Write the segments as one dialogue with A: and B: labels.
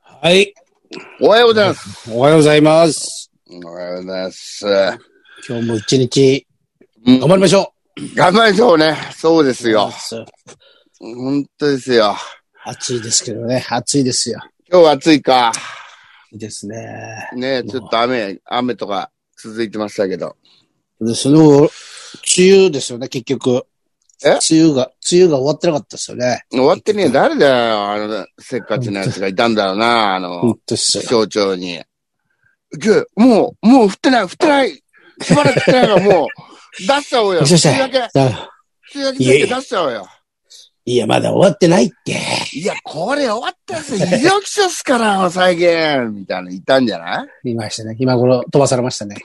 A: はい。
B: おはようございます。
A: おはようございます。
B: おはようございます。
A: 今日も一日、
B: 頑
A: 頑張りましょ
B: 頑張りましょうね。そうです
A: う。
B: よ。本当ですよ。
A: 暑いですけどね。暑いですよ。
B: 今日は暑いか。
A: いいですね。
B: ねちょっと雨、雨とか続いてましたけど。
A: で、その、梅雨ですよね、結局。
B: え
A: 梅雨が、梅雨が終わってなかったですよね。
B: 終わってねえ、誰だよ。あの、せっかちなやつがいたんだろうな。あ
A: 本
B: の、
A: 当ですよ。
B: 象徴に。いけもう、もう降ってない、降ってない。しばらく降ってないからもう、出しちゃおうよ。
A: そして
B: 梅雨明け、
A: だ
B: 梅雨明けだけ出しちゃおうよ。
A: いや、まだ終わってないって。
B: いや、これ終わったやつ、異常気象っすから、もう最近。みたいな、いたんじゃない
A: 言いましたね。今頃飛ばされましたね。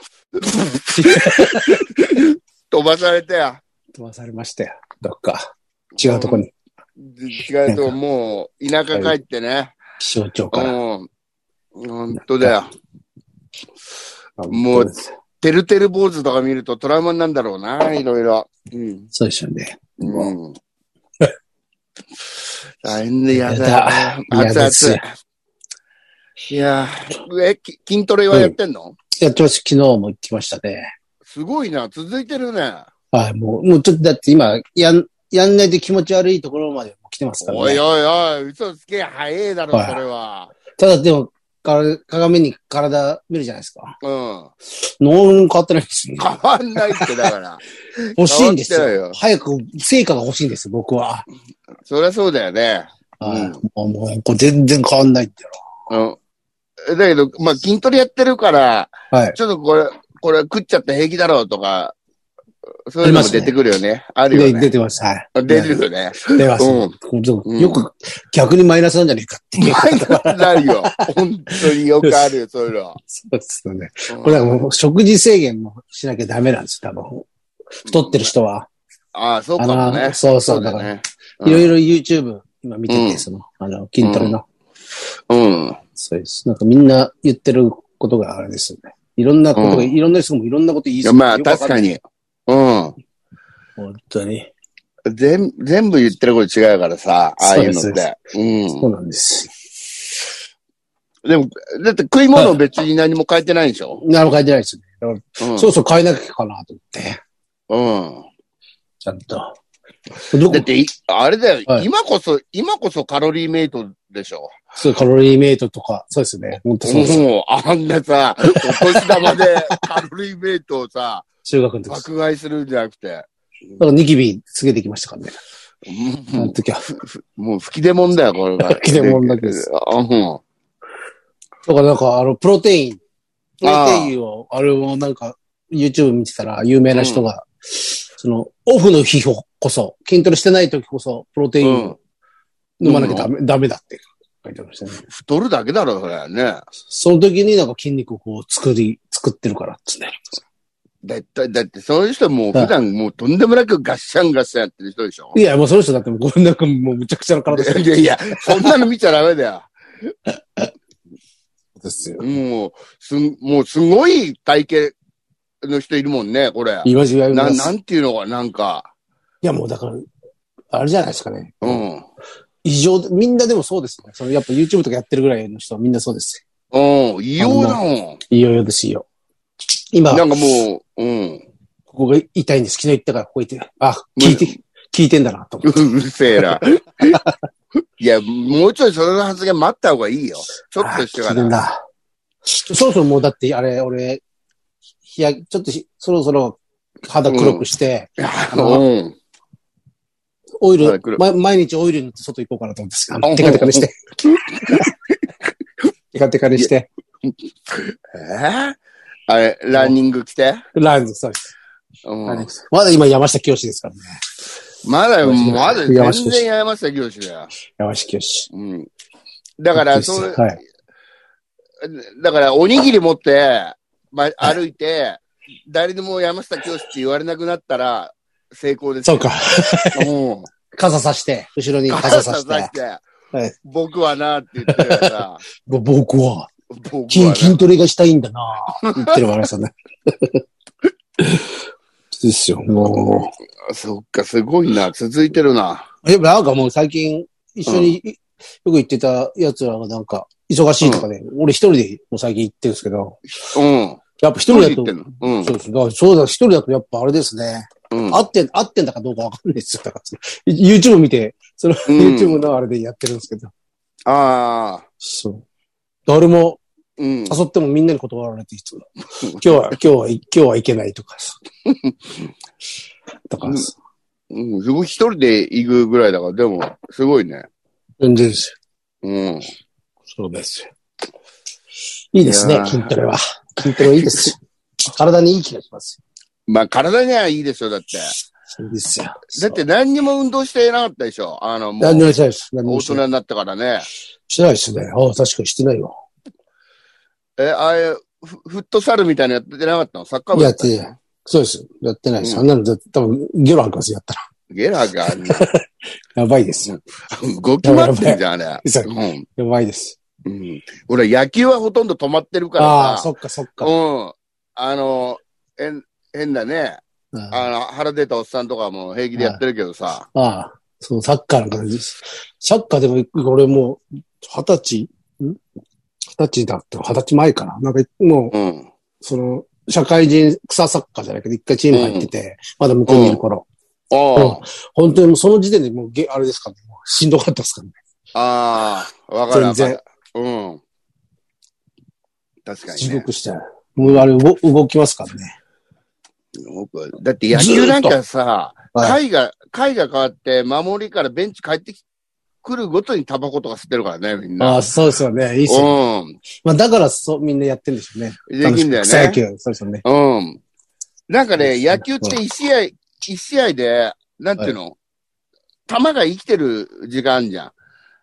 B: 飛ばされたよ。
A: 飛ばされましたよ。どっか。違うとこに。
B: 違うと、もう、田舎帰ってね。
A: 気象庁から。
B: うん。本当だよ。
A: もう。
B: てるてる坊主とか見るとトラウマになるんだろうな、いろいろ。うん。
A: そうですよね。も
B: うん。大変でやだ
A: や。だやだっす
B: 熱
A: よ
B: 々。いやー、え、き筋トレはやってんの、
A: うやってます。昨日も行ってきましたね。
B: すごいな、続いてるね。
A: はい、もう、もうちょっとだって今、やん、やんないで気持ち悪いところまでも来てますから
B: おい
A: ね。
B: おいおい、嘘つけ、早いだろ、
A: はい
B: それは。
A: ただでも、か鏡に体見るじゃないですか。
B: うん。
A: 何も変わってないですね。
B: 変わんないって、だから。
A: 欲しいんです
B: 変わって
A: よ。
B: ないよ
A: 早く成果が欲しいんですよ、僕は。
B: そりゃそうだよね。うん
A: はいもう、もうこれ全然変わんないんだよ。
B: うん。だけど、まあ、筋トレやってるから、
A: はい。
B: ちょっとこれ、これ食っちゃって平気だろうとか、そういうのも出てくるよね。ある
A: で、
B: よね。
A: 出てます。はい。
B: 出てるよ ね。
A: 出ます。
B: うんうん
A: よく、逆にマイナスなんじゃないかっていう。
B: なるよ。本当によくあるよ、そういうの。
A: そうですよね。 これだからもう食事制限もしなきゃダメなんですよ、多分。太ってる人は。
B: ああ、そうか
A: あ
B: も
A: の、
B: ね。
A: そうそう、
B: だ
A: だから。
B: ね。
A: いろいろ YouTube 今見て
B: う
A: て、
B: ん
A: その、あの、筋トレの、
B: うん。
A: そうです。なんかみんな言ってることがあれですよね。いろんなことが、
B: うん
A: いろんな人もいろんなこと言い
B: い
A: そ
B: や
A: う
B: まあ、確か
A: に。
B: に。うん。
A: 本当に。
B: 全、全部言ってること違うからさ、ああいうの
A: そ
B: っ
A: うです
B: て。う。
A: そうんなんです。
B: でも、だって食い物別に何も変えてないでしょ
A: 何も書いてないですね。
B: うん
A: そうそう変えなきゃかなと思って。
B: うん。
A: ちゃんと。どこ
B: だってい、あれだよ、
A: はい
B: 今こそ、今こそカロリーメイトでしょ。
A: そう、カロリーメイトとか、そうですね。本当そうです。
B: もう、あんなさ、お年玉で カロリーメイトをさ、
A: 中学の時。だか
B: 爆買いするんじゃなくて、
A: らニキビつけてきましたからね。あ
B: も
A: の
B: う
A: 時は。
B: もう吹き出もんだよ、これが。
A: 吹き出もんだけです
B: うん。
A: だからなんか、あの、プロテイン。プロテインを、あれをなんか、YouTube 見てたら、有名な人が、その、オフの日こそ、筋トレしてない時こそ、プロテインを飲まなきゃダメ,、ダメだって書いてましたね。
B: 太るだけだろ、それはね。
A: その時になんか筋肉をこう作り、作ってるからっつって。
B: だって、だって、そういう人もう普段もうとんでもなくガッシャンガッシャンやってる人で しょ。
A: いや、もうその人だってもうこんなくもうむちゃくちゃな体してる
B: いやいや、そんなの見ちゃダメだよ。
A: んですよ。
B: もう、すん、もうすごい体型の人いるもんね、これ。
A: 言わず言わ
B: な、
A: ず。
B: ないんていうのか、なんか。
A: や、もうだから、あれじゃないですかね。
B: うん。
A: 異常で、みんなでもそうですね。そのやっぱ YouTube とかやってるぐらいの人はみんなそうです。
B: うん、異様だもん。
A: いよいよですよ。今、
B: なんかもう、うん。
A: ここが痛いんです。昨日言ったから、ここ行って、あ、聞いて、聞いてんだな、と思って。
B: うるせえ な。いや、もうちょいその発言待った方がいいよ。ちょっとして
A: あ聞
B: か
A: いてん
B: ら。
A: だ。そろそろもうだって、あれ、俺、日焼け、ちょっとひそろそろ肌黒くして、
B: うん。
A: オイ
B: 肌
A: ル、
B: 黒
A: ま、毎日オイル塗って外行こうかなと思ってす
B: あ
A: テカテカにして。テカテカにして、
B: えーあれ、ランニング来て。
A: ランズ、そうです。
B: うん。
A: まだ今山下清ですからね。
B: まだ、まだ、
A: 山下
B: 全然やりました、教師だよ。
A: 山下清。
B: うん。だから、
A: そ
B: そう
A: う、はい。
B: だから、おにぎり持って、ま、歩いて、誰でも山下教師って言われなくなったら、成功です。
A: そうか。
B: うん。
A: 傘さして、後ろに
B: 傘
A: 傘
B: さ
A: さ
B: し、
A: してて、はい
B: 僕はなって言ってるからさ、
A: ぼ僕は、
B: 僕は
A: 筋
B: な
A: 筋トレがしたいんだなぁ言 ってるわけさね。ですよ、も
B: そっか、すごいな。続いてるな。
A: う。やっぱなんかもう最近、一緒によく行ってた奴らがなんか、忙しいとかね、俺一人でもう最近行ってるんですけど、
B: うん。
A: やっぱ一
B: ど
A: 人
B: う
A: だ
B: 言
A: と
B: って、んのうん
A: そうです。だからそうだ、一人だとやっぱあれですね。
B: うん。
A: 合ってん、合ってんだかどうかわかんないですよ。だから YouTube 見て、その YouTube のあれでやってるんですけど。
B: ああ。
A: そう。誰も
B: うん。
A: 誘ってもみんなに断られていつも。今日 は、今日は、今日はいけないとかさ。だからさ、
B: うん。すごい一人で行くぐらいだから、でも、すごいね。
A: 全然ですよ。
B: うん。
A: そうですよ。いいです
B: い
A: ね
B: や、ー
A: 筋トレは。筋トレはいいですよ。体にいい気がします
B: まあ、体にはいいでしょ、だって。
A: よ。いいですよ。
B: だって何にも運動してなかったでしょ。あの、も
A: 何に
B: う、
A: もしてないです。何に
B: 大
A: もしてない。
B: 人になったからね。
A: してないですね。ああ、確かにしてないわ。
B: え、ああいう、フフットサルみたいなのやってなかったのサッカー部
A: やっ
B: ったの
A: て、そうです。やってないです。
B: うん
A: あんなの、多分、ゲロ吐きます、やった
B: ゲラが、
A: ら。やばいです。
B: 動き回ってんじゃん、あれ。
A: そう
B: うん。
A: やばいです。
B: うん。俺、野球はほとんど止まってるから
A: ああ、
B: さ。
A: そっかそっか。
B: うん。あの、えん、変だね。
A: うんあ
B: あの、腹出たおっさんとかも平気でやってるけどさ。
A: あ、そう、サッカーの感じです。サッカーでも、俺もう、二十歳、ん二十歳だって、二十歳前かな。なんか、もう、
B: うん。
A: その、社会人、草サッカーじゃないけど、一回チーム入ってて、まだ向こうにいる頃。
B: あ
A: 本当にもうその時点でもうげ、あれですかね。もうしんどかったですからね。
B: ああ、わかるわか
A: 全
B: る。うん。確かに
A: 地
B: ね。
A: 獄して。もうあれ、動動きますからね。
B: 僕だって野球なんかさ、
A: は
B: 回
A: い
B: が、回が変わって、守りからベンチ帰ってき来るごとにタバコとか吸ってるからね、みんな。
A: ああ、そうですよね。いいっすよね。
B: うん。
A: まあだからそう、みんなやってるんでしょうね。
B: できんだよ
A: 草野
B: ね。
A: 球、そうですよね。
B: うん。なんかね、
A: うん
B: 野球って一試合、一試合で、なんていうの、球が生きてる時間あんじゃん。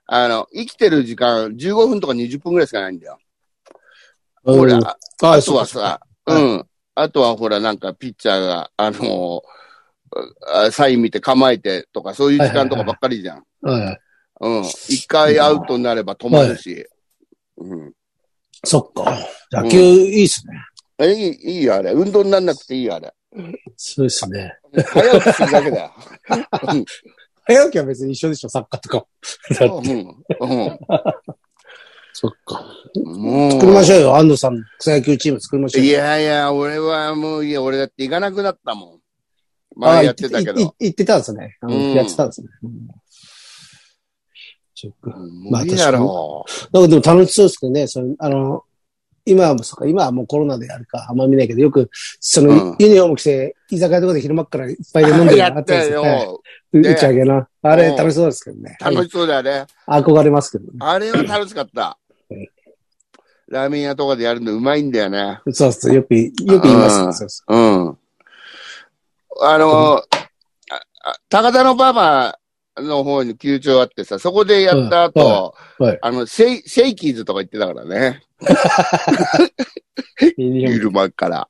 B: あの、生きてる時間、15分とか20分ぐらいしかないんだよ。ほ
A: うん
B: ら、
A: あ
B: あとは
A: そうか
B: さ、うん。あとはほら、なんかピッチャーが、あのあサイン見て構えてとか、そういう時間とかばっかりじゃん。
A: はい
B: うん。一回アウトになれば止まるし。うん。
A: そっか。野球いいっすね。
B: え、いい、いいよ、あれ。運動になんなくていいよ、あれ。
A: そうですね。
B: 早起きするだけだよ。うん
A: 早起きは別に一緒でしょ、サッカーとかも。だって
B: うん。うん。
A: そっか。
B: もう
A: 作りましょうよ、安藤さん。草野球チーム作りましょう
B: い
A: よ。
B: やいや、俺はもう、いや、俺だって行かなくなったもん。
A: あ
B: 前やってたけ
A: いいい
B: ど。
A: 言ってたんですね。あの
B: うん
A: やってたんですね。うんそっか。
B: 無理だろ
A: なんかでも楽しそうですけどね、その、あの、今はもう、そっか、今はもうコロナであるか、あんま見ないけど、よく、その、
B: うん
A: ユニフォーム着て、居酒屋とかで昼間っからいっぱいで飲んで
B: う。
A: る
B: や
A: のあ
B: っ
A: ったんで
B: た
A: すよ。
B: よ。
A: う
B: ね
A: 打ち上げな。あれ
B: うん
A: 楽しそうですけどね。
B: 楽しそうだよね。
A: 憧れますけどね。
B: あれは楽しかった
A: うん。
B: ラーメン屋とかでやるのうまいんだよね。
A: そうそう、よく、よく言います
B: う
A: ね
B: ん
A: そうそ
B: うん。あの、ああ高田のババの方に球場あってさ、そこでやった後、
A: うんはいはい
B: あの、シェイ、シェイキーズとか言ってたからね。
A: う。ユニフォーム
B: 昼間から。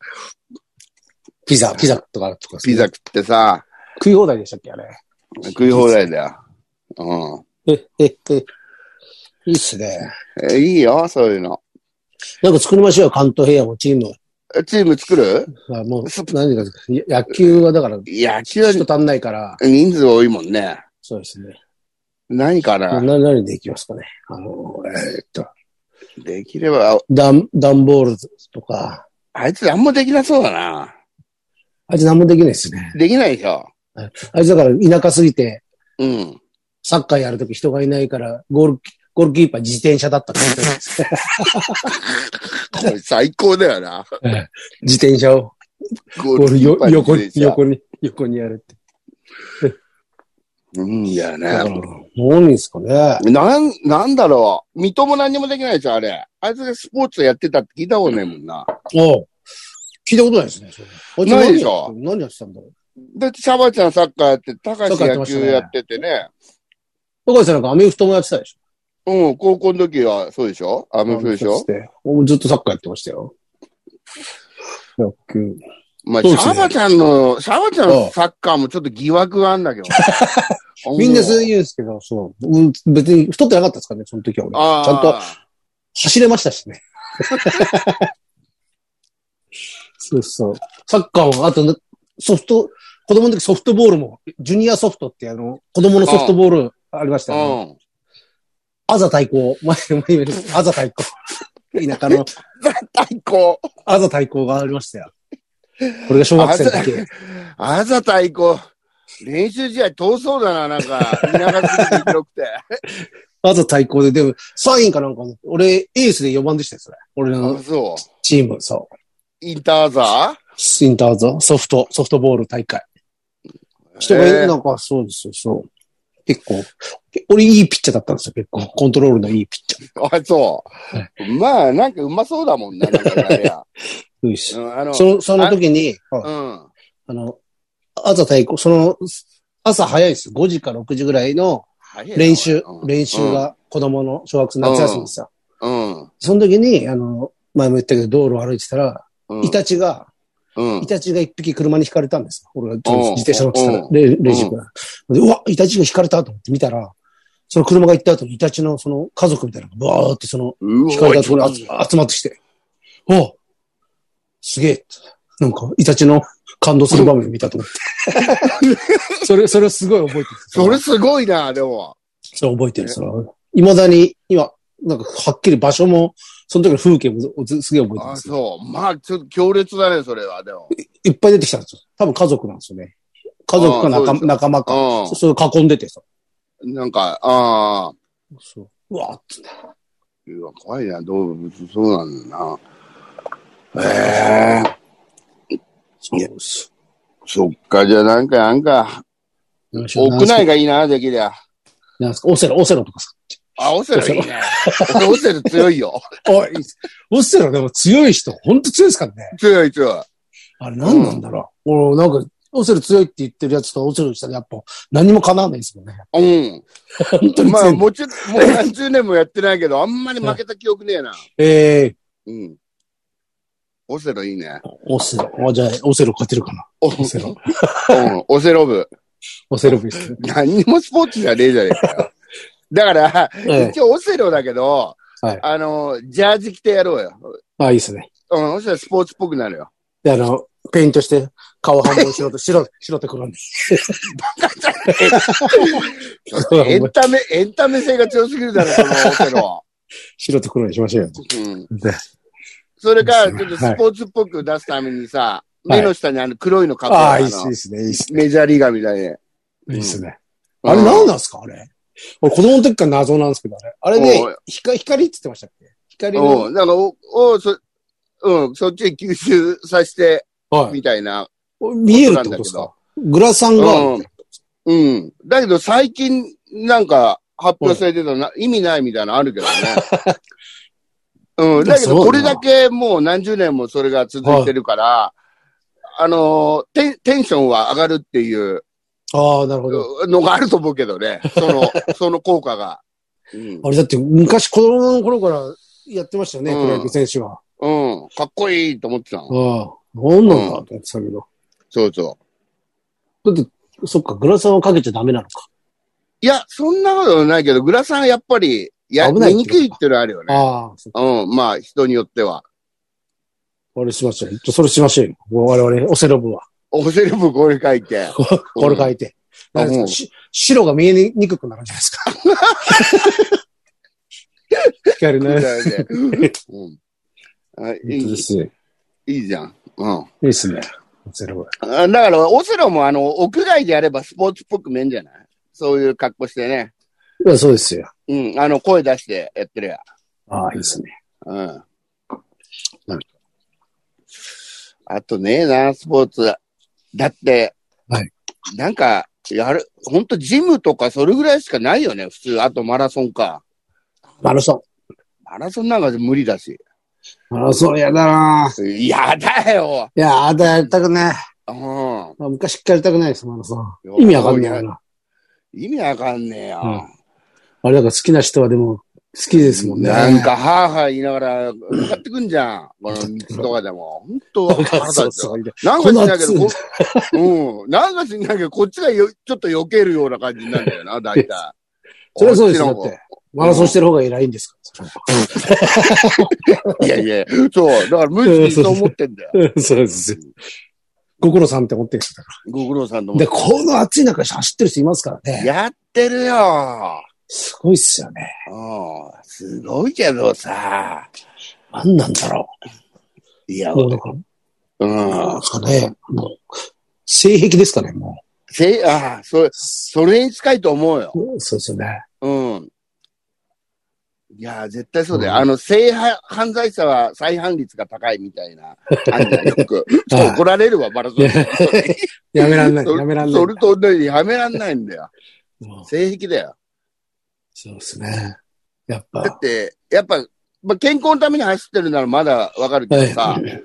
A: ピザ、ピザとかとか。
B: ピザ。食ってさ、
A: 食い放題でしたっけ、あれ。
B: 食い放題だよ。うん
A: え、え、え。いいっすね。
B: え。いいよ、そういうの。
A: なんか作りましょうよ、関東平野もチームを
B: えチーム作る
A: あもう、何がですか、や野球はだから、
B: 野球は
A: 人足んないから、
B: 人数多いもんね。
A: そうですね。
B: 何かな
A: な何でいきますかね。あの、えーっと、
B: できれば、
A: ダン、ダンボールとか、
B: あいつ何もできなそうだな。
A: あいつ何もできないですね。
B: できないでしょ。
A: あいつだから田舎すぎて、
B: うん。
A: サッカーやるとき人がいないから、ゴール、ゴールキーパー自転車だっ たんですよ
B: これ最高だよな。
A: ええ自転車を、
B: ゴ
A: ゴールよ
B: キーパー
A: 横
B: 自
A: に、
B: 転車
A: 横に、横にやるって。
B: うん、いや
A: だから
B: ね。
A: 何ですかね。
B: なん、なんだろう。水戸も何にもできないでしょ、あれ。あいつがスポーツやってたって聞いたことないもんな。
A: おう聞いたことないですね。それあいつ何
B: ないでしょ
A: 何やってたんだろう。
B: だって、シャバちゃんサッカーやって、高
A: サッ
B: 橋
A: カーやって
B: 野
A: ました
B: 球
A: ね
B: やっててね。
A: 高橋さんなんかアメフトもやってたでし
B: うん、高校の時はそうでしょア
A: ょ
B: メフトでしょ
A: して俺もずっとサッカーやってましたよ。野球。
B: まあ、
A: そ
B: シ
A: うですね
B: ャバちゃんの、シャバちゃんのサッカーもちょっと疑惑があんだけど。
A: みんなそう言うんですけど、そう。うん別に太ってなかったですかね、その時は俺。
B: あ
A: ちゃんと
B: あ
A: 走れまし たしね。そうそう。サッカーも、あとね、ソフト、子供の時ソフト ボールも、ジュニアソフトってあの、子供のソフトボールありまし
B: ち
A: たよね。
B: うん。
A: あざ対抗。前、前言る。あざ 対抗。田舎の
B: 対抗。
A: あざ対抗がありましたよ。これが小学生の時。
B: あざ対抗。練習試合遠そうだな、なんか。田舎すぎて広くて。
A: あざ対抗で、でも、サインかなんか、俺、エースで4番でしたよ、それ。俺
B: あ
A: の
B: そ
A: チーム、そう。
B: う。インターザ
A: インターゾソフト、ソフトボール大会。
B: ー
A: 人がい
B: え
A: る
B: ー
A: なんか、そうですよ、そう。結構、け俺いいピッチャーだったんですよ、結構。コントロールのいいピッチャー。
B: あ、そう。まあ、なんかうまそうだもんな、なんかあれ や。
A: そうです
B: うん、あの、
A: その、その時に、はい
B: うん。
A: あの、朝対抗、その、朝早いです。5時か6時ぐらいの
B: 早いな
A: 練習
B: おい、うん
A: 練習が子供の小学生の夏休みですよ。
B: うん。
A: その時に、あの、前も言ったけど、道路を歩いてたら、
B: うん
A: イタチが、
B: うん
A: イタチが一匹車に引かれたんです。俺がちょっ
B: うん
A: と自転車乗ってた
B: う
A: ら
B: ん、
A: レレジから。で、うわ、イタチが引かれたと思って見たら、その車が行った後にイタチのその家族みたいなのがバーってその
B: う
A: 引かれたところに
B: ち
A: 集
B: ょっ
A: 集まってきて、おすげえなんか、イタチの感動する場面見たと 思って。それ、それをすごい覚えてる。
B: それすごいな、でも。
A: それ覚えてる。それは未だに、今、なんか、はっきり場所も、その時の風景もずずすげえ覚えて
B: あ、
A: ます。
B: そう。まあ、ちょっと強烈だね、それは、でも。
A: いっぱい出てきたんですよ。多分家族なんですよね。家族か
B: あそうで
A: 仲
B: すよ
A: 仲間か。そそれ囲んでてさ。
B: うん。なんか、ああ。
A: そう。うわーって。
B: うわ、怖いな、動物、そうなんだな。ええ
A: そうです。
B: そっか、じゃあなんか、なんか、屋内がいいな、できりゃ。
A: なんですかオセロ、オセロとかさ。
B: あ、オセロいい ね。俺オセロ強いよ。
A: おい、オセロでも強い人、ほんと強いですからね。
B: 強い強い。
A: あれ何なんだろう。俺、なんか、オセロ強いって言ってるやつとオセロしたらやっぱ何も叶わないですもんね。
B: う
A: 本当
B: ん。
A: に
B: ま
A: 強
B: あ、
A: い。
B: もうちょっと、もう何十年もやってないけど、あんまり負けた記憶ねえな。
A: ええ
B: うん。オセロいいね。
A: オセロ。あ、じゃあ、オセロ勝てるかな。
B: オ
A: オ セロ。
B: うん、オセロ部。
A: オセロ部ですね。
B: 何にもスポーツじゃねえじゃねえかよ。だから、
A: ええ
B: 一応オセロだけど、
A: はい
B: あの、ジャージ着てやろうよ。
A: あ、いいですね。
B: うん、オセロスポーツっぽくなる よ。
A: で、あの、ペイントして、顔半分白と、白、 白と黒に。そうだ
B: エンタメ、エンタメ性が強すぎるだろ、そのオセロ。
A: 白と黒にしましょうよ。
B: うん
A: で。
B: それから、ちょっとスポーツっぽく出すためにさ、
A: はい
B: 目の下にあの黒いのかぶ
A: ああ、いいっす、いい
B: の
A: っすね、いいっすね。
B: メジャーリーガーみたいで。
A: いいっすね。
B: うん
A: あれ何なんすかあれ。俺子供の時から謎なんですけど、あれ。あれね
B: おい、
A: 光、光って言ってましたっけ光の。
B: うん、なんか、お、お、そ、うん、そっちへ吸収させて、
A: はい。
B: みたいな。
A: 見えるってことですかグラサンがあるって、
B: うん。だけど最近、なんか、発表されてたな、意味ないみたいなのあるけ どね。うん。だけ
A: そうだ
B: ど、
A: な
B: これだけもう何十年もそれが続いてるから、あのテン、テンションは上がるっていう
A: ああ、なるほど。
B: のがあると思うけどね。そ の、その効果が。うん。
A: あれだって昔子供の頃からやってましたよね、
B: うん
A: プロ野球選手は。
B: うん。かっこいいと思ってたの。
A: ああ、何なんだと思ってたけど。
B: そうそう。
A: だって、そっか、グラサンをかけちゃダメなのか。
B: いや、そんなことないけど、グラさんやっぱり、や、
A: 危ない
B: 見
A: って
B: にくい
A: ことか
B: ってのあるよね。
A: ああ、そっか
B: うん。まあ、人によっては。
A: あれしましょう。それしましょうよ。我々、オセロ部は。
B: オセロ部これ書い て。
A: これ書いて。
B: うん
A: なんです
B: う
A: か
B: ん
A: し白が見えにくくなるんじゃないですか。 光の
B: み
A: や
B: たいで。うん。あい
A: つ。
B: い、
A: すね。
B: いいじゃん。うん。
A: いいですね。ゼロ
B: あだから、オセロもあの、屋外でやればスポーツっぽく見えんじゃないそういう格好してね。
A: いや、そうですよ。
B: うん。あの、声出してやってるや。
A: ああ、いいですね。
B: うん
A: なん。
B: あとねえな、スポーツ。だって、
A: はい
B: なんか、やる、ほんとジムとかそれぐらいしかないよね、普通。あとマラソンか。
A: マラソ
B: マラソンなんか無理だし。
A: ン。マラソンやだなぁ
B: やだよ。
A: いや、あだやりたくない。
B: うん。
A: 昔っからやりたくないです、マラソン。
B: いや
A: 意味わかんないよな。
B: 意味わかんねえよ。
A: うんあれだから好きな人はでも、好きですもんね。
B: なんか、はぁはぁ言いながら、向かってくんじゃん。この道とかでも。本当
A: なん
B: は
A: か、 そうそう。
B: なんか知んないけど、
A: こ
B: こうん。なんか知んないけど、こっちがよちょっと避けるような感じになるんだ よな、大体。
A: それはそうですよ。だ
B: こ
A: っ
B: っちの
A: て、マラソンしてる方が偉いんですから。
B: 方いやいや、そう。だから無意識にそう思ってんだよ。
A: そうです。ご苦労さんって思ってる人だか
B: ご苦労さんと思
A: ら。
B: っ
A: で、この暑い中走ってる人いますから
B: て。
A: ね。
B: やってるよ。
A: すごいっすよね。
B: うん。すごいけどさ。
A: 何なんだろ
B: いや
A: う。、もうだから、
B: うん
A: なん。ですかね。もう、性癖ですかね、も
B: せ、ああ、それ、それに近いと思うよ。
A: う。そうですよね。
B: うん。いやー、絶対そうだよ。
A: うん
B: あの、性犯犯罪者は再犯率が高いみたいな。あんじゃんよ く。ちょっと怒られるわ、バラゾン。
A: やめらんない、
B: それ
A: やめらんない
B: そ。れと同じでやめらんないん だよ。
A: うん
B: 性癖だよ。
A: そうですね。やっぱ。
B: だって、やっぱ、まあ、健康のために走ってるならまだわかるけどさ
A: は、い。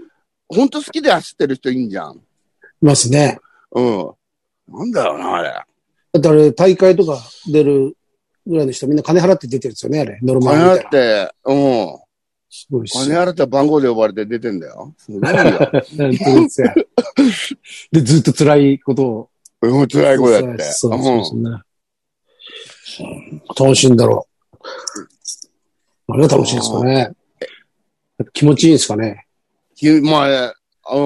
B: ほんと好きで走ってる人いんじゃん。
A: いますね。
B: うん。なんだろうな、あれ。
A: だってあれ、大会とか出るぐらいの人みんな金払って出てるんですよね、あれ。ノルマ
B: 金
A: ル
B: 払
A: みたい
B: っ
A: な。
B: て、うん。
A: すごいっす
B: 金
A: よ。
B: 払った番号で呼ばれて出てんだよ。すごい よ。
A: なんていう んですよで、ずっと辛いことを。
B: うん辛い子だって。
A: そううんそうそうね。楽しいんだろう。あれが楽しいですかね。やっぱ気持ちいいんですかね。
B: きまあ、う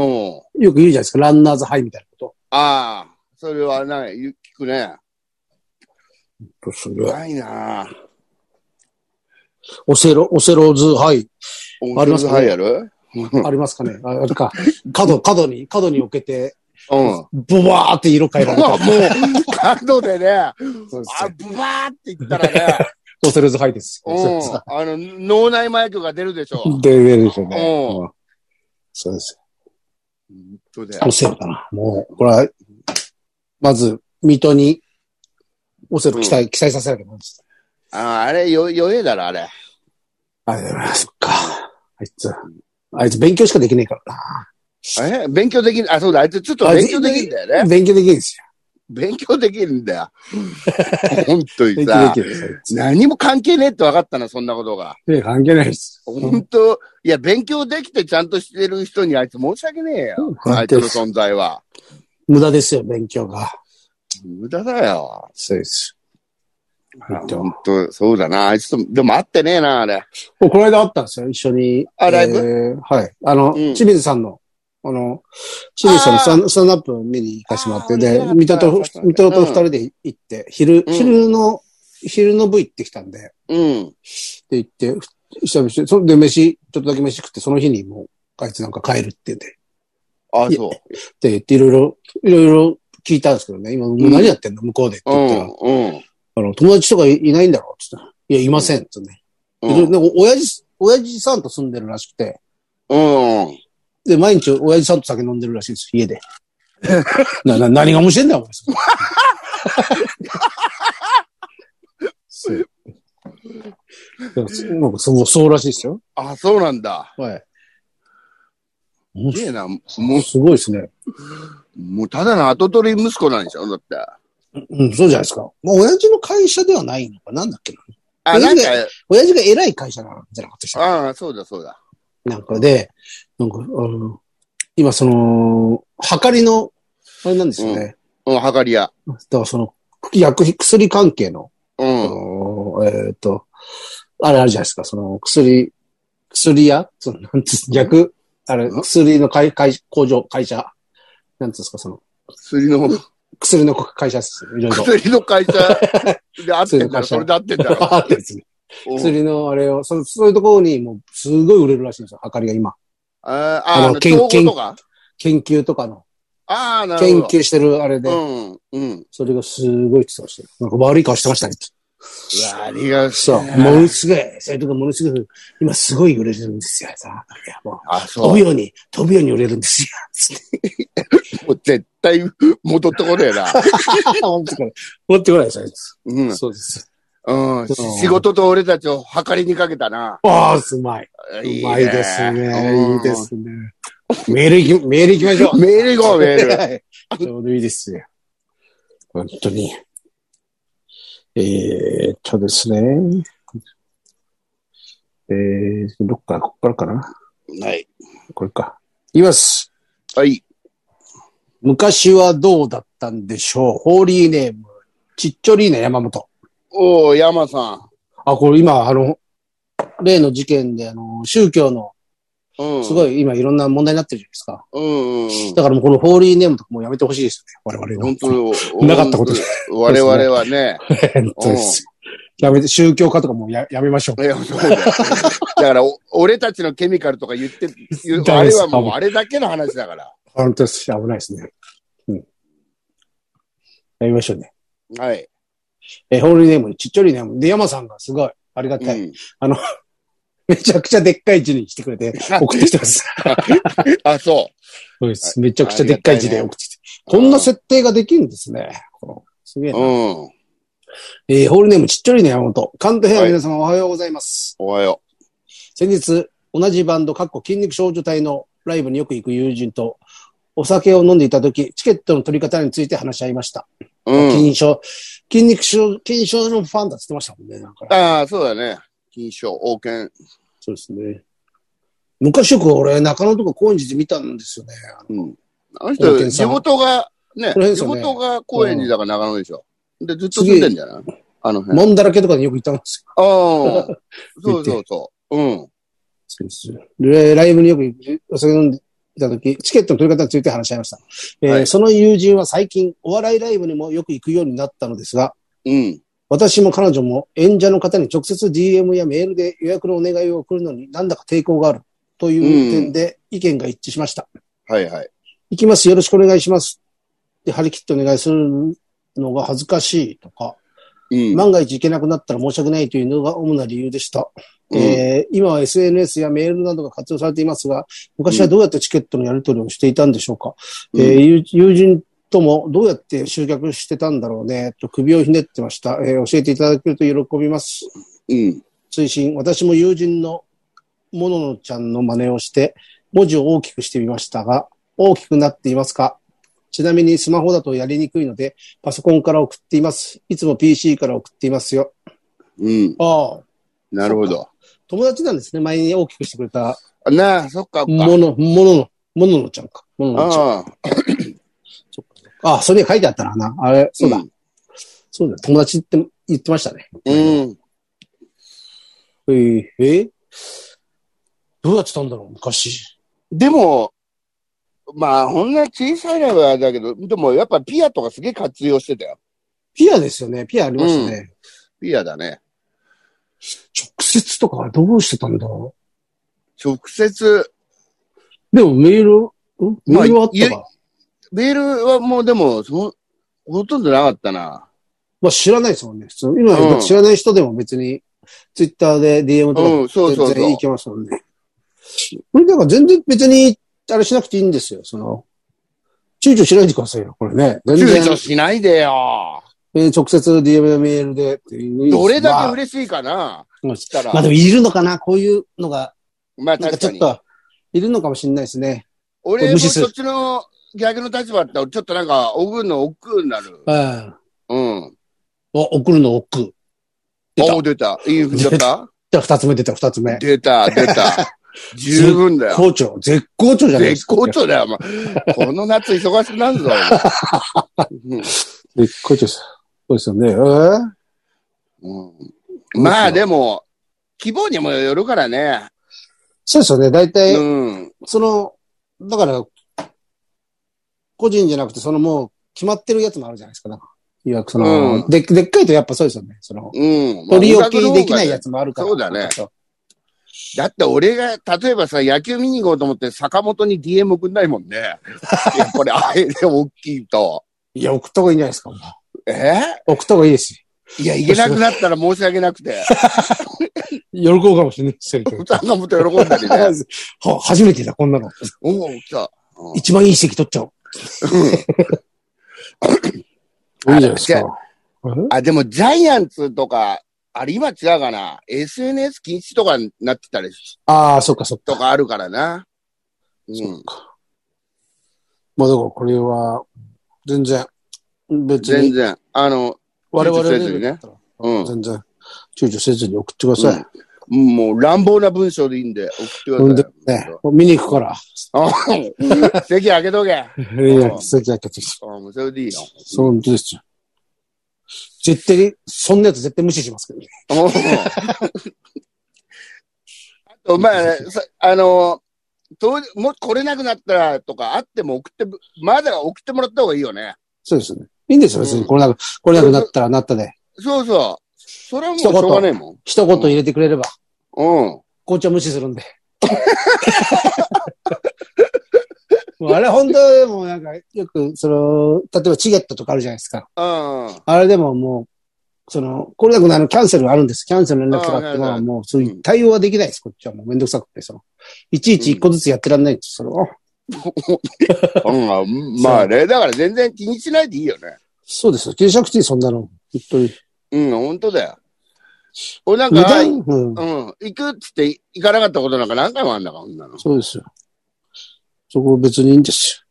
B: ん。
A: よく言うじゃないですか、ランナーズハイみたいなこ
B: ああ、それはない、聞くね。
A: と。それは
B: ないなぁ。
A: オセロ、オセロズハイ、ありますか
B: ハイやる
A: ありますかね。ああれか。角、角に、角に置けて、
B: うん。
A: ブワーって色変え られ
B: も
A: た
B: う、。角でね、あ、
A: そうです
B: ブワーって言ったら ね、
A: オセロズハイです。
B: う
A: オセロズ
B: ん。あの、脳内麻薬が出るでしょ。本
A: で、でですよね。
B: うん
A: うんそうです。
B: 当だよ
A: オセロだな。もう、これは、まず、水戸に、オセロ期待、期待させられるもんです。
B: ああれ、よ、よえだろ、あれ。
A: ありがとうございます。そっか。あいつ、あいつ勉強しかできないから
B: え勉強できる、あ、そうだ、あいつちょっと勉強できるんだよ
A: な。
B: ね。
A: 勉強できないんです
B: 勉強できるんだ よ。本当
A: よ。勉
B: に
A: 強
B: さ
A: でき、ないです。あいつ
B: 何も関係ねえって分かったな、そんなことが。
A: ね関係ないです。
B: 本当、いや、勉強できてちゃんとしてる人にあいつ申し訳ねえよ。あ
A: 関
B: いつ
A: 係
B: の
A: ないです
B: 存在は。
A: 無駄ですよ、勉強が。
B: 無駄だよ。
A: そうです。本当
B: 本当そうだな。あいつと、でも会ってねえな、あれ。
A: もうこの間あったんですよ、一緒に。
B: あライブ
A: えーはい。あの、
B: ん
A: 清水さんの、あの、清水さんのスタンスタンドアップ見に行かせてもらって、で
B: あー、
A: 水戸と、
B: うん
A: 水戸と二人で行って、昼、
B: うん
A: 昼の、昼の部行ってきたんで、
B: うん。
A: で行って、ふ久々にそれで飯、ちょっとだけ飯食って、その日にもう、あいつなんか帰るって言って、
B: あ、そう。
A: で、言っていろいろ、いろいろ聞いたんですけどね、今、もう何やってんの向こうでって
B: う
A: 言ったら、
B: ん、うん。
A: あの、友達とかいいないんだろうって言ったら、いや、いませんってね。
B: う
A: で
B: ん。
A: でも親父、親父さんと住んでるらしくて、
B: うん。
A: で、毎日親父さんと酒飲んでるらしいです、家で。 な、な、何が面白いんだよ、お前それ。そう。なんかそうなんかそう、そうらしいですよ。
B: あ、そうなんだ。
A: はい。
B: すげえな。も
A: もうすごいですね。
B: う、もうただの後取り息子なんでしょだって。
A: うん、そうじゃないですか。まあ、親父の会社ではないのか、なんだっけな。
B: あ、なんか、
A: 親父が偉い会社なんじゃなかったでしたっ
B: ああ、そうだ、そうだ。
A: けなんかで、なんか、あの、今その、はかりの、あれなんですよね。
B: うん、はかりや。
A: だからその、薬品、薬関係の、
B: うん。うん。
A: このえっ、と、あれあるじゃないですか、その薬、薬屋その、なんつう、逆、あれ、
B: うん
A: 薬の会、会、工場、会社。なんつうんですか、その、
B: 薬の、
A: 薬の会社です。いろいろ。
B: 薬の会 社で合ってんだろ、それで合ってんだろ。
A: あってですね
B: うん
A: 薬のあれを、そそういうところにもう、すごい売れるらしいんですよ、明かりが今。
B: ああ、あ
A: あ
B: の、
A: の
B: 競
A: 研
B: 合
A: 研
B: とか
A: 研究とかの、
B: ああ、なる
A: 研
B: ほど。
A: 究してるあれで、
B: うん、うん。
A: それがすごいって言ってましたよ。なんか悪い顔してましたね。
B: うわありがと
A: そう、ものすごい、それとかものすごい、今すごい売れるんですよ、さ。いや、もう、
B: あ、
A: 飛
B: そう
A: ぶ。ように、飛ぶように売れるんですよ、つって。
B: もう絶対戻ってこねえな。
A: 持ってこない。持ってこないです、あいつ。
B: うん。
A: そうです。
B: うん。
A: そう
B: 仕事と俺たちを計りにかけたな。
A: ああ、うまい。
B: いう
A: まいですね。
B: うん
A: いいですね。メール行き、メール行きましょう。
B: メール行こう、メール。
A: はいちょうどいいですよ。本当に。えーっとですね。えー、どっから、こっからかな
B: はい。
A: これか。いきます。
B: はい。
A: 昔はどうだったんでしょうホーリーネーム、ちっちょりーな山本。
B: おー、山さ
A: あ、これ今、あの、例の事件で、あの、宗教の、
B: ん。うん。
A: す
B: い。
A: ごい今いろんな問題になってるじゃないですか。
B: うん、うん。
A: だからもうこのホーリーネームとかもうやめてほしいですよね。我々の。
B: 本当に
A: なかったこと
B: 我々はね、
A: 本当ですよ。やめて、宗教家とかもうややめましょう。
B: いや、そうだよだからお、俺たちのケミカルとか言って、言うあれはもうあれだけの話だから。
A: 本当です。危ないですね。うん。やりましょうね。
B: はい。
A: えーホールネーム、ちっちゃいネーム。で、山さんがすごい。ありがたい。
B: うん
A: めちゃくちゃでっかい字にしてくれて、送ってきてます。
B: あ、そ
A: そうです。めちゃくちゃでっかい字で送ってきて。こんな設定ができるんですね。このすげえ
B: う。
A: な。
B: うん。
A: えーホールネーム、ちっちゃいネームと。関東平野の皆様、おはようございます。
B: おはよ
A: 先日、同じバンド、かっこ筋肉少女隊のライブによく行く友人と、お酒を飲んでいた時、チケットの取り方について話し合いました。
B: う。うん。
A: 筋症、筋肉症、筋症のファンだって言ってましたもんね、なんか。
B: ああ、そうだね。金賞、王権。
A: そうですね。昔よく俺、中野とか高円寺で見たんですよね。
B: うん。あの
A: 王
B: 人、
A: 権
B: 地
A: さん
B: 元が、ね、
A: この辺です
B: 地
A: よね
B: 元が高円寺だから長野でしょ。で、ずっと住んでんじゃないあの辺。
A: もんだらけとかによく行ったんですよ。
B: ああ、 そうそうそう。うん。
A: そうですでライブによく行くお酒飲んでいた時、チケットの取り方について話し合いました。えー
B: はい
A: その友人は最近、お笑いライブにもよく行くようになったのですが、
B: うん。
A: 私も彼女も演者の方に直接 DM やメールで予約のお願いを送るのになんだか抵抗があるという点で意見が一致しました。
B: はいはい。
A: 行きます、よろしくお願いします。で、張り切ってお願いするのが恥ずかしいとか、
B: うん。
A: 万が一行けなくなったら申し訳ないというのが主な理由でした。
B: うん
A: えー今は SNS やメールなどが活用されていますが、昔はどうやってチケットのやり取りをしていたんでしょうか、
B: うん
A: えー友友人ともどうやって集客してたんだろうね、と首をひねってました。えー教えていただけると喜びます。
B: うん。
A: 推進、私も友人のもののちゃんの真似をして、文字を大きくしてみましたが、大きくなっていますかちなみにスマホだとやりにくいので、パソコンから送っています。いつも PC から送っていますよ。
B: うん。
A: ああ、
B: なるほど。
A: 友達なんですね。前に大きくしてくれた、
B: あなあ、そっか。そっか
A: もの、ものの、もののちゃんか。もののちゃん。
B: ああ、
A: ああ、それ書いてあったなな。あれ、そうだ。
B: うん
A: そうだ。友達って言ってましたね。
B: うん。
A: えー、えーどうやってたんだろう昔。
B: でも、まあ、こんな小さいライブはあれだけど、でもやっぱピアとかすげえ活用してたよ。
A: ピアですよね。ピアありましたね。
B: ピアだね。
A: 直接とかはどうしてたんだろ
B: 直接、
A: うでもメール、んメ
B: まあ
A: ールはあったか。まあ、
B: メールはもうでも、そほとんどなかったな。
A: 知らないですもんね。普通今、
B: うん
A: 知らない人でも別に、ツイッターで DM とか
B: うん、そうそう
A: 全然
B: そ。
A: いうけますもんね。これだから全然別に、あれしなくていいんですよ。その、躊躇しないでくださいよ、これね。全
B: 躊
A: 然
B: 躇、しないでよ。
A: えー直接 DM やメールでっていう。
B: どれだけ
A: れ
B: 嬉しいかな。
A: ま
B: したら
A: あ、まあでもいるのかな、こういうのが。
B: まあ
A: なんか
B: 確
A: ち
B: か
A: ょっ
B: に。
A: と、いるのかもしれないですね。
B: 俺も
A: これ無視する
B: そっちの逆の立場だって、ちょっとなんか、おぐんのおっくになる。
A: うん。
B: うん。
A: お送るの送る。出た
B: お出た。いいふうに出た
A: じゃあ二つ目出た、二つ目。
B: 出た、出 た。十分だよ。
A: 好調、絶好調じゃないで
B: 絶
A: すか。
B: 好調だよ、お前。この夏忙しくなるぞ。
A: 絶好調です。そうですよね。えー
B: うんうんまあでも、希望にもよるからね。
A: そうですよね。大体、
B: うん。
A: その、だから、個人じゃなくて、そのもう決まってるやつもあるじゃないですか。なんかいや、その、
B: うん
A: ででっかいとやっぱそうですよね。その、
B: うん。
A: 取り置きできないやつもあるから。
B: そうだね
A: そう
B: だって俺が、例えばさ、野球見に行こうと思って坂本に DM 送んないも んね。やっぱりあれで大きいと。
A: いや、送った方がいいんじゃないですか。も
B: え
A: う送った方がいいですよ。
B: いや、行けなくなったら申し訳なくて。
A: 喜ぶかもしれないですよ。
B: 坂本喜んだり ね。
A: は初めてだ、こんなの。
B: おお、来た。うん
A: 一番いい席取っちゃおう。
B: うん
A: いいじゃないですか。
B: あ、でもジャイアンツとか、あれ今違うかな。SNS 禁止とかになってたりし
A: ああ、そっかそっか
B: と。かあるからな。うん。
A: まあだからこれは、全然、別
B: 全
A: に、
B: 然。あの、
A: 我々
B: 躊躇せずにねうん。
A: 全然、躊躇せずに送ってください。
B: うんもう乱暴な文章でいいんで、送って
A: ほん
B: く
A: で
B: ださい。
A: ね、見に行くから。
B: あ席開けとけ。
A: いや、席開けてきて。
B: うん、それでいいよ。
A: そう、本当ですよ。絶対に、そんなやつ絶対無視しますけどね。
B: うんあと、ま あ、さあの、当日もう来れなくなったらとかあっても送って、まだ送ってもらった方がいいよね。
A: そうですよね。いいんですよ、別に。これなく、これなくなったらなったで。
B: そうそう。それはもうしょうがねえもん。
A: 一言入れてくれれば、
B: うん。
A: 紅茶無視する んで。もうあれ本当でもなんか、よく、その、例えばチゲットとかあるじゃないですか。
B: うん。
A: あれでももう、その、これだけあの、キャンセルあるんです。キャンセルの連絡とかっての
B: あーなるほ
A: は
B: ど
A: もう、そういう対応はできないです。こっちはもうめんどくさくて、その、いちいち一個ずつやってらんないんです。それを。
B: うん、まあね、だから全然気にしないでいいよね。
A: そうですよ。定着地そんなの。本当に。
B: うん、本当だよ。俺なん
A: 無
B: か、
A: 駄
B: う
A: にうん。
B: ん、行くっつって行かなかったことなんか何回もあんだから、こんなの。
A: そうですよ。そこ別にいいんです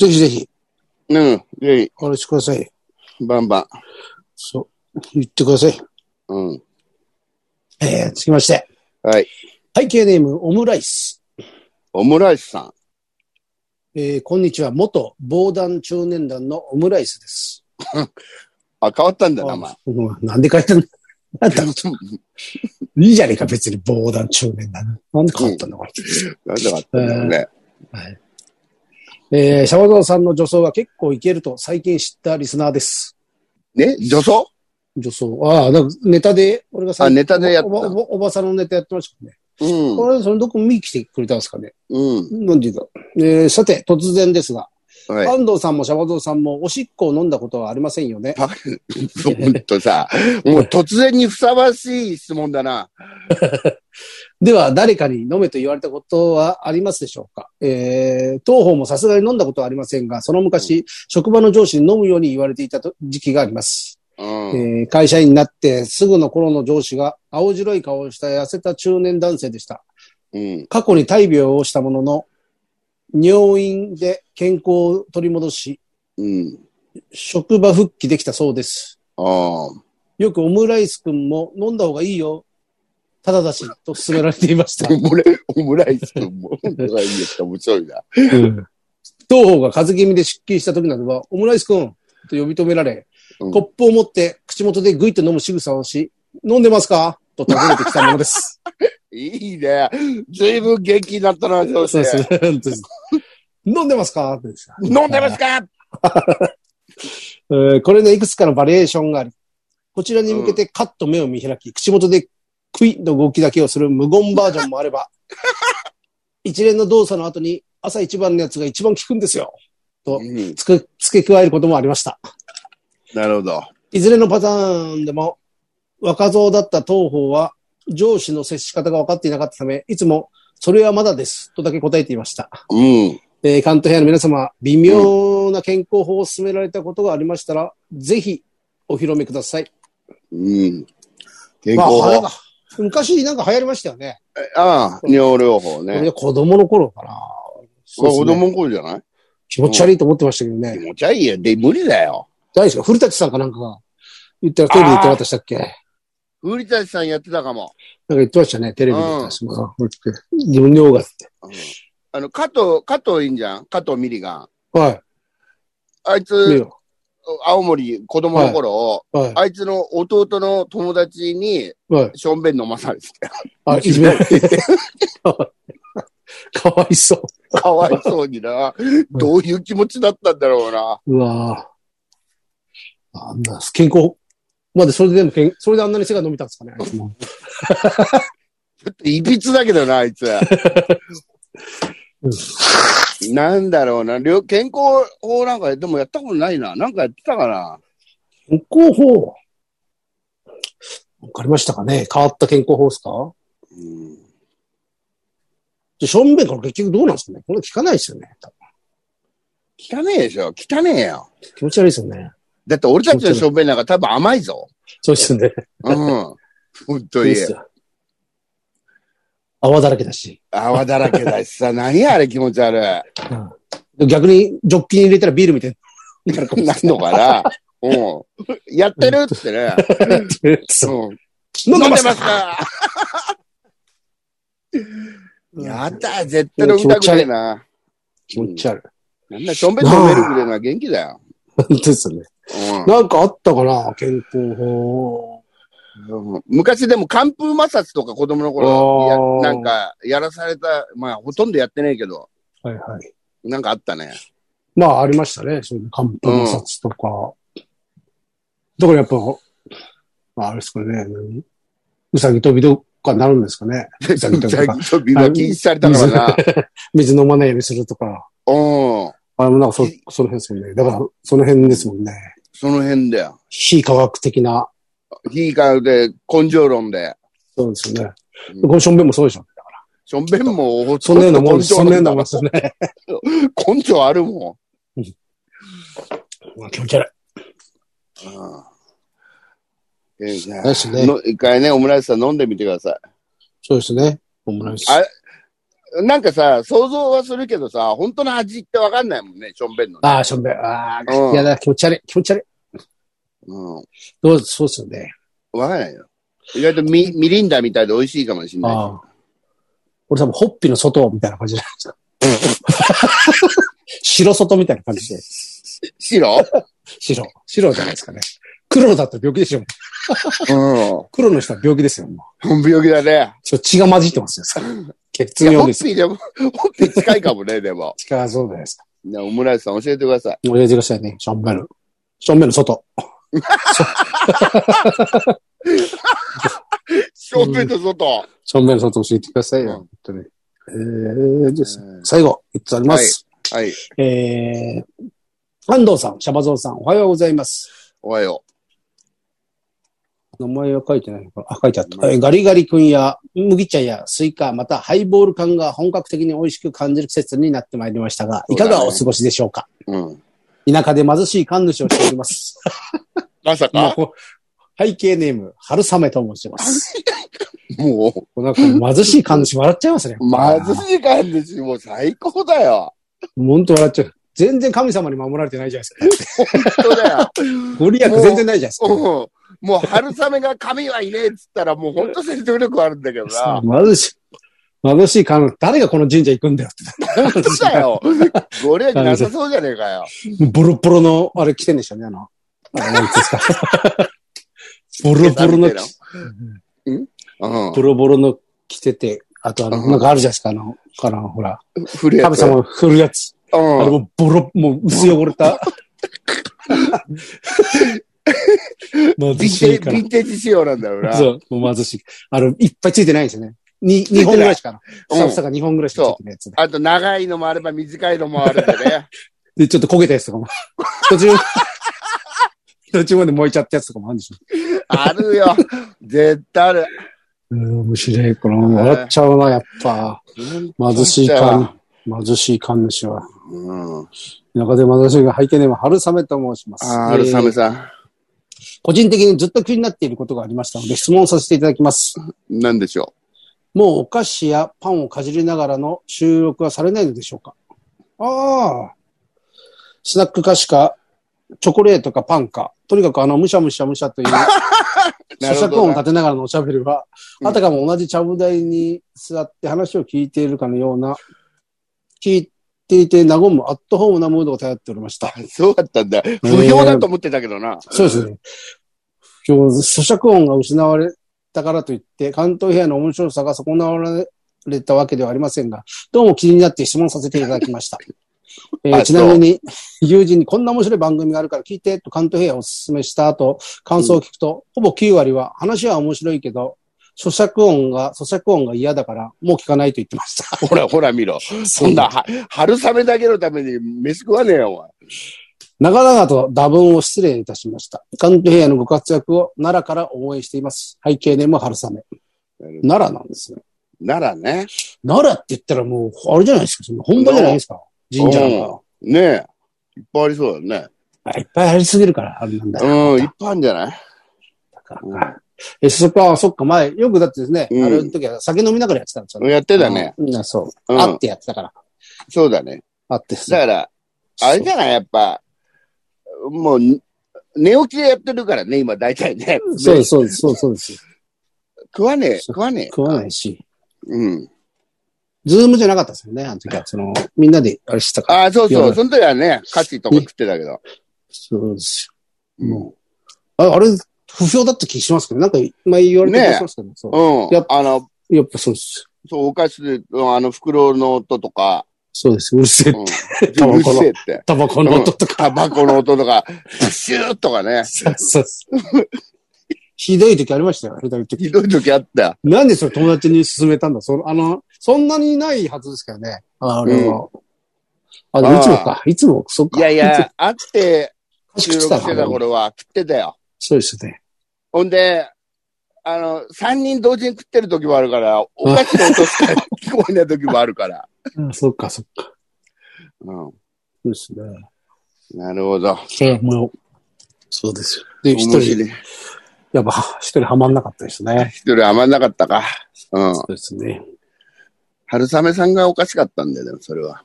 A: よ。ぜひぜひ、
B: うん、ぜ
A: お話しください。
B: ひ、バンバン。
A: そう。言ってください。
B: うん。
A: えー、続きまして。
B: はい。
A: 背景ネーム、オムライス。
B: オムライスさん。
A: えー、こんにちは。元防弾中年団のオムライスです。
B: あ、変わったんだ、
A: あ
B: 名前。
A: うんなんで書いてんのなんだろういいじゃねえか、別に防弾中年団。なんで変わったんだ、これ。
B: なんで変わったんだろうね。
A: えー、シャワゾウさんの女装は結構いけると最近知ったリスナーです。
B: ね女装
A: 女装。ああ、なんかネタで、俺が
B: あネタでやった
A: おばおばおばさんのネタやってましたね。
B: うん。
A: これ、それどこ見に来てくれたんですかね。
B: うん。
A: なんて言うんだ。えー、さて、突然ですが、
B: はい。
A: 安藤さんもシャワゾウさんもおしっこを飲んだことはありませんよね。
B: ほんとさ、もう突然にふさわしい質問だな。
A: では、誰かに飲めと言われたことはありますでしょうかえー、当方もさすがに飲んだことはありませんが、その昔、職場の上司に飲むように言われていたと時期があります。
B: うん。
A: えー会社員になってすぐの頃の上司が青白い顔をした痩せた中年男性でした。
B: うん。
A: 過去に大病をしたものの、入院で健康を取り戻し、
B: うん。
A: 職場復帰できたそうです。
B: ああ。
A: よくオムライス君も飲んだ方がいいよ。ただだし、と勧められていました。
B: オムライオムライス君も、本当がいいやつ面白いな。
A: 当方が風邪気味で出勤した時などは、オムライス君と呼び止められ、
B: うん
A: コップを持って口元でグイッと飲む仕草をし、飲んでますかと尋ねてきたものです。
B: いいね。ずいぶん元気になったな、上
A: そう
B: 司
A: で。す。本当です飲んでますかってです
B: 飲んでますか
A: えーこれのいくつかのバリエーションがあり、こちらに向けてカッと目を見開き、口元でクイッの動きだけをする無言バージョンもあれ ば、一連の動作の後に朝一番のやつが一番効くんですよ。う
B: うん
A: つく、付け加えることもありました。
B: なるほど。
A: いずれのパターンでも、若造だった当方は、上司の接し方が分かっていなかったため、いつも、それはまだです、とだけ答えていました。
B: うん。
A: えー関東部屋の皆様、微妙な健康法を勧められたことがありましたら、ぜひお披露目ください。
B: うん。健康
A: まあ、
B: 法。
A: はや
B: あ
A: 昔なんか流行りましたよね。
B: あ、尿療法
A: 俺
B: ね。
A: が子供の頃かな。
B: これ子
A: ですね
B: 供の頃じゃない
A: 気持ち悪いと思ってましたけどね。
B: 気持ち悪いよ。で、無理だよ。
A: 大丈夫ですか古舘さんかなんかが言ったらテレビで言ってなかったでしたっけなんか
B: 古田さんやってたかも。
A: 言ってましたね、テレビで言ってました。こうやって尿尿がって。
B: うんあの、加藤、加藤いいんじゃん加藤ミリガン。
A: は
B: あい
A: い。見る
B: つ、
A: よ
B: 青森、子供の頃、
A: はい。
B: あいつの弟の友達に、
A: はい。
B: ションベン飲まされてたよ。
A: あ、いじめら れて。かわいそ
B: かわいそうにな。どういう気持ちだったんだろうな。
A: う。うわぁ。あんな、健康、までそれででもけん、それであんなに背が伸びたんですかね、あいつも。
B: ちょっといびつだけどな、あいつ。なんだろうな。りょ健康法なんか、でもやったことないな。なんかやってたかな。
A: 健康法わかりましたかね変わった健康法ですか
B: うん、
A: で、正面から結局どうなんですかねこれ聞かないですよね。多分
B: 汚ねえでしょ。汚ねえよ。
A: 気持ち悪いですよね。
B: だって俺たちの証明なんか多分甘いぞ。
A: そうですよね。
B: うん。本
A: そ
B: 当
A: うで
B: に。
A: すよ。泡だらけだし。
B: 泡だらけだし さ、何あれ気持ち悪い。
A: で逆に、ジョッキに入れたらビールみたいになるかもしれ
B: な
A: ない
B: んのかな。うん。やってるっつってね。
A: そ
B: う
A: う
B: ん
A: 飲んで
B: 飲ん
A: ま
B: ですま
A: か
B: すか
A: うん
B: やだ、絶対飲みたくねえな。
A: 気持ち悪い。
B: なんだ、ションベン飲めるぐらいのは元気だよ。
A: 本当ですよね。なんかあったかな健康法。
B: うん、昔でも寒風摩擦とか子供の頃
A: あー
B: や、なんかやらされた、まあほとんどやってないけど、
A: はいはい。
B: なんかあったね。
A: まあ、ありましたね。そういう寒風摩擦とか。だからやっぱ、まあ、あれですかね、何うさぎ飛びとかなるんですかね。うさぎ
B: う
A: 飛
B: さ
A: びとか。
B: ぎ飛びは禁止されたからな。
A: 水飲まないようにするとか。
B: うん。
A: あれもなんかそ、その辺ですもんね。だから、その辺ですもんね。
B: その辺だよ。
A: 非科学的な。
B: 非科学で、根性論で。
A: そうですよね。
B: うん
A: このションベンもそうでしょ。
B: しょんべんも、
A: そんなようなもん、
B: 根性
A: そ
B: 論だ
A: んなようなもんですよね。
B: 根性あるもん。
A: 気持ち悪い。
B: うん。いいね
A: そうですね。
B: の一回ね、オムライスさん飲んでみてくださ
A: そうですね。オムライス。
B: あい。なんかさ、想像はするけどさ、本当の味ってわかんないもんね、しょんべんのね。
A: ああ、ションベン。ああ、
B: うん
A: やだ、気持ち悪い。気持ち悪い。
B: うん。
A: どうそうですよね。
B: わかんないよ。意外とみ、みりんだみたいで美味しいかもしれない
A: ああ。俺多分、ホッピーの外みたいな感じじゃないですか。白外みたいな感じで。
B: し。白
A: 白。白じゃないですかね。黒だと病気でしょ。
B: う
A: 黒の人は病気ですよ。も
B: ん。病気だね。
A: うちょっと血が混じってますよ。それ血
B: いや
A: 尿
B: ホ
A: で
B: ッ
A: すよ。
B: ピーでも、ホッピー近いかもね、でも。
A: 血がそうじゃないですか。
B: ね、オムライスさん教えてください。
A: 教えてくださいね。ションベル。ションベルの外。
B: 正面と外。
A: ションベルの外教えてくださいよ。
B: うん
A: 本当に。えー、じゃあ最後、一つあります。
B: はい。
A: えー、安藤さん、シャバゾウさん、おはようございます。
B: おはよ
A: 名前は書いてないのかなあ、書いてあった。えーガリガリ君や麦茶やスイカ、またハイボール感が本格的に美味しく感じる季節になってまいりましたが、いかがお過ごしでしょうか
B: う。うん。
A: 田舎で貧しい神主をしてお ります。
B: まさ
A: まあ
B: か
A: こう背景ネーム、春雨と申します。
B: もう、
A: こうなんか貧しい神主笑っちゃいますね。
B: 貧しい感じし、もう最高だよ。
A: ほんと笑っちゃう。全然神様に守られてないじゃないです
B: そうだよ。
A: か。ご利益全然ないじゃ
B: うん
A: ない。
B: もう春雨が髪はいねえっつったら、もうほんと説得力あるんだけど
A: ですか
B: な。。
A: 貧しい。貧しい神、誰がこの神社行くんだよっ て。
B: そうだよ。ご利益なさそうじゃねえかよ。
A: ボロボロの、あれ着てんでしょうね、あの。あれなんていうん ですか。ボロボロの、
B: うん
A: ボ。ロボロの着てて、あとあの、
B: うん
A: なんかあるじゃないですか、あの、あの、ほら、
B: 古いや
A: 神
B: つ。
A: 様が振るやつ。あれ
B: うん。
A: もボロ、もう薄汚れ た。
B: ヴ
A: 貧し
B: ィ
A: い
B: ンテ
A: か
B: ヴィンテージ仕様なんだろうな。
A: ら。そう、もう貧しい。あの、いっぱいついてないんですよね。に、2本ぐらいしかな。
B: うん
A: ふさふさが2本ぐらいしかついてないやつで。
B: あと、長いのもあれば短いのもあるんでね。
A: で、ちょっと焦げたやつとかも。途中、途中まで燃えちゃったやつとかもあるんでしょ。
B: あるよ。絶対ある。
A: うん、面白い。この、笑っちゃうな、やっぱ。貧しいか、貧しい神主は。
B: うん。
A: 中で貧しいが背景には春雨と申します。
B: ある
A: え
B: サ
A: ー
B: メさん。
A: 個人的にずっと気になっていることがありましたので、質問させていただきます。
B: なんでしょ
A: もうお菓子やパンをかじりながらの収録はされないのでしょうかああ。スナック菓子か、チョコレートかパンか、とにかくあの、むしゃむしゃむしゃという、
B: なるほどな
A: 咀嚼音を立てながらのおしゃべりは、
B: うん
A: あたかも同じちゃぶ台に座って話を聞いているかのような、聞いていて和むアットホームなムードを漂っておりました。
B: う。そうだったんだ。不評だと思ってたけどな。
A: そうですね。今日、咀嚼音が失われたからといって、関東平野の面白さが損なわれたわけではありませんが、どうも気になって質問させていただき ました。えー
B: あ
A: ちなみに、友人にこんな面白い番組があるから聞いて、と関東平野をお勧めした後、感想を聞くと、ほぼ9割は、話は面白いけど、咀嚼音が、咀嚼音が嫌だから、もう聞かないと言ってました。
B: ほら、ほら見ろ。 そんな、は春雨だけのために飯食わねえよ、お前。
A: 長々と打文を失礼いたしました。関東平野のご活躍を奈良から応援しています。背景年も春雨。奈良なんですね。
B: ならね。
A: 奈良って言ったらもう、あれじゃないですか。その本場じゃないですか。神社なんか。
B: ねえ。いっぱいありそうだよね。
A: あいっぱいありすぎるから、あれなんだよ。
B: うん、いっぱいあるんじゃない
A: うんえ、そっか、そっか、前、よくだってですね、
B: うん
A: あれの時は酒飲みながらやってたんですよね。
B: やってたね。
A: うん。うんそう。
B: うん
A: あってやってたから。
B: そうだね。
A: あって
B: だから、あれじゃないやっぱ、もう、寝起きでやってるからね、今大体ね。
A: そうです、そうです、そうですそうです。
B: 食わねえ、食わねえ。
A: 食わないし。
B: うん。
A: ズームじゃなかったですよね、あの時は。その、みんなであれしてたから。
B: ああ、そう
A: い
B: そう。
A: や
B: その時はね、カチとか食ってたけど。
A: そうですよ。もう。ああれ、不評だった気しますけど、なんか前言われてた気しますけど、そう
B: うん。
A: やっぱ
B: あの、
A: やっぱそうです。
B: そう、お菓子で、あの、袋の音とか、
A: そうです。うるせえ。 タ
B: うん。う
A: バ
B: る
A: コの
B: せえって。
A: タバコの音とか。
B: タバコの音とか、プシューとかね。
A: そうそうそうひどい時ありましたよ。ひどい時。
B: ひどい時あったよ。
A: なんでそれ友達に勧めたんだその、あの、そんなにないはずですけどね。あの、あ、でもいつもか。いつも、そっか。
B: いやい
A: つも
B: や、会って収
A: 食
B: 録して
A: って
B: た
A: たな
B: 頃は食ってたよ。
A: そうですね。
B: ほんで、あの、三人同時に食ってる時もあるから、お菓子の音しか聞こえない時もある から。
A: あそっか、そっか。
B: うん。
A: そうですね。
B: なるほど。
A: それはもう、そうですよ。で、一
B: 面
A: 人、
B: 白い。
A: やっぱ、一人はまんなかったですね。
B: 一人余んなかったか。うん。
A: そうですね。
B: 春雨さんがおかしかったんだよ、でもそれは。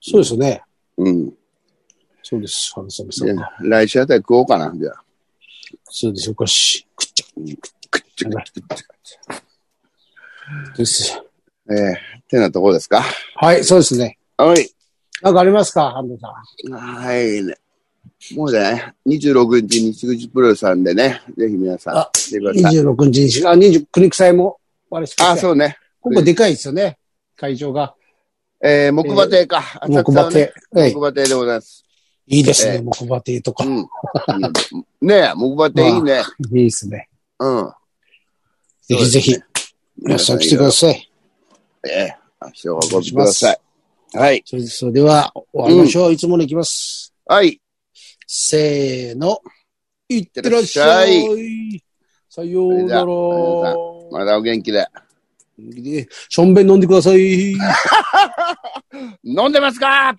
A: そうですね。
B: うん。
A: そうです。ハンサムさ
B: で
A: んが。
B: 来週あたり食おうかな、じゃあ。
A: そうです。おかし
B: くっちゃくっちゃくっち
A: い。です。
B: ゃ。ええてなとこですか。
A: はい、そうですね。
B: はい。
A: なんかありますかハンドさん。
B: はいね。もうね、26日、西口プロレスさんでね、ぜひ皆さん
A: あ、
B: 来てください。
A: 26日にし、あ、29日祭も、あれし
B: あ、
A: う。
B: そうね。
A: ここでかいですよね。会場が。
B: えー、木馬亭か。
A: 木馬
B: 浅
A: 亭。
B: 草の
A: は
B: ね
A: い
B: 木。馬亭でございます。
A: いいです
B: ええ
A: ね、木馬亭とか。
B: う
A: い
B: ん。うんねえ、木馬亭いいね。
A: いですね。
B: うん。
A: ぜひぜひ、皆さん来てください。
B: ええ足をお運びください。はい。
A: それでそれでは、終わりましょう。いつものいきます。
B: はい。
A: せーの。いってて
B: ら
A: ら
B: っ
A: っ
B: し
A: し
B: ゃ
A: ゃ
B: い
A: い。さようなら。
B: まだお元気で。
A: でしょんべん飲んでください。
B: 飲んでますか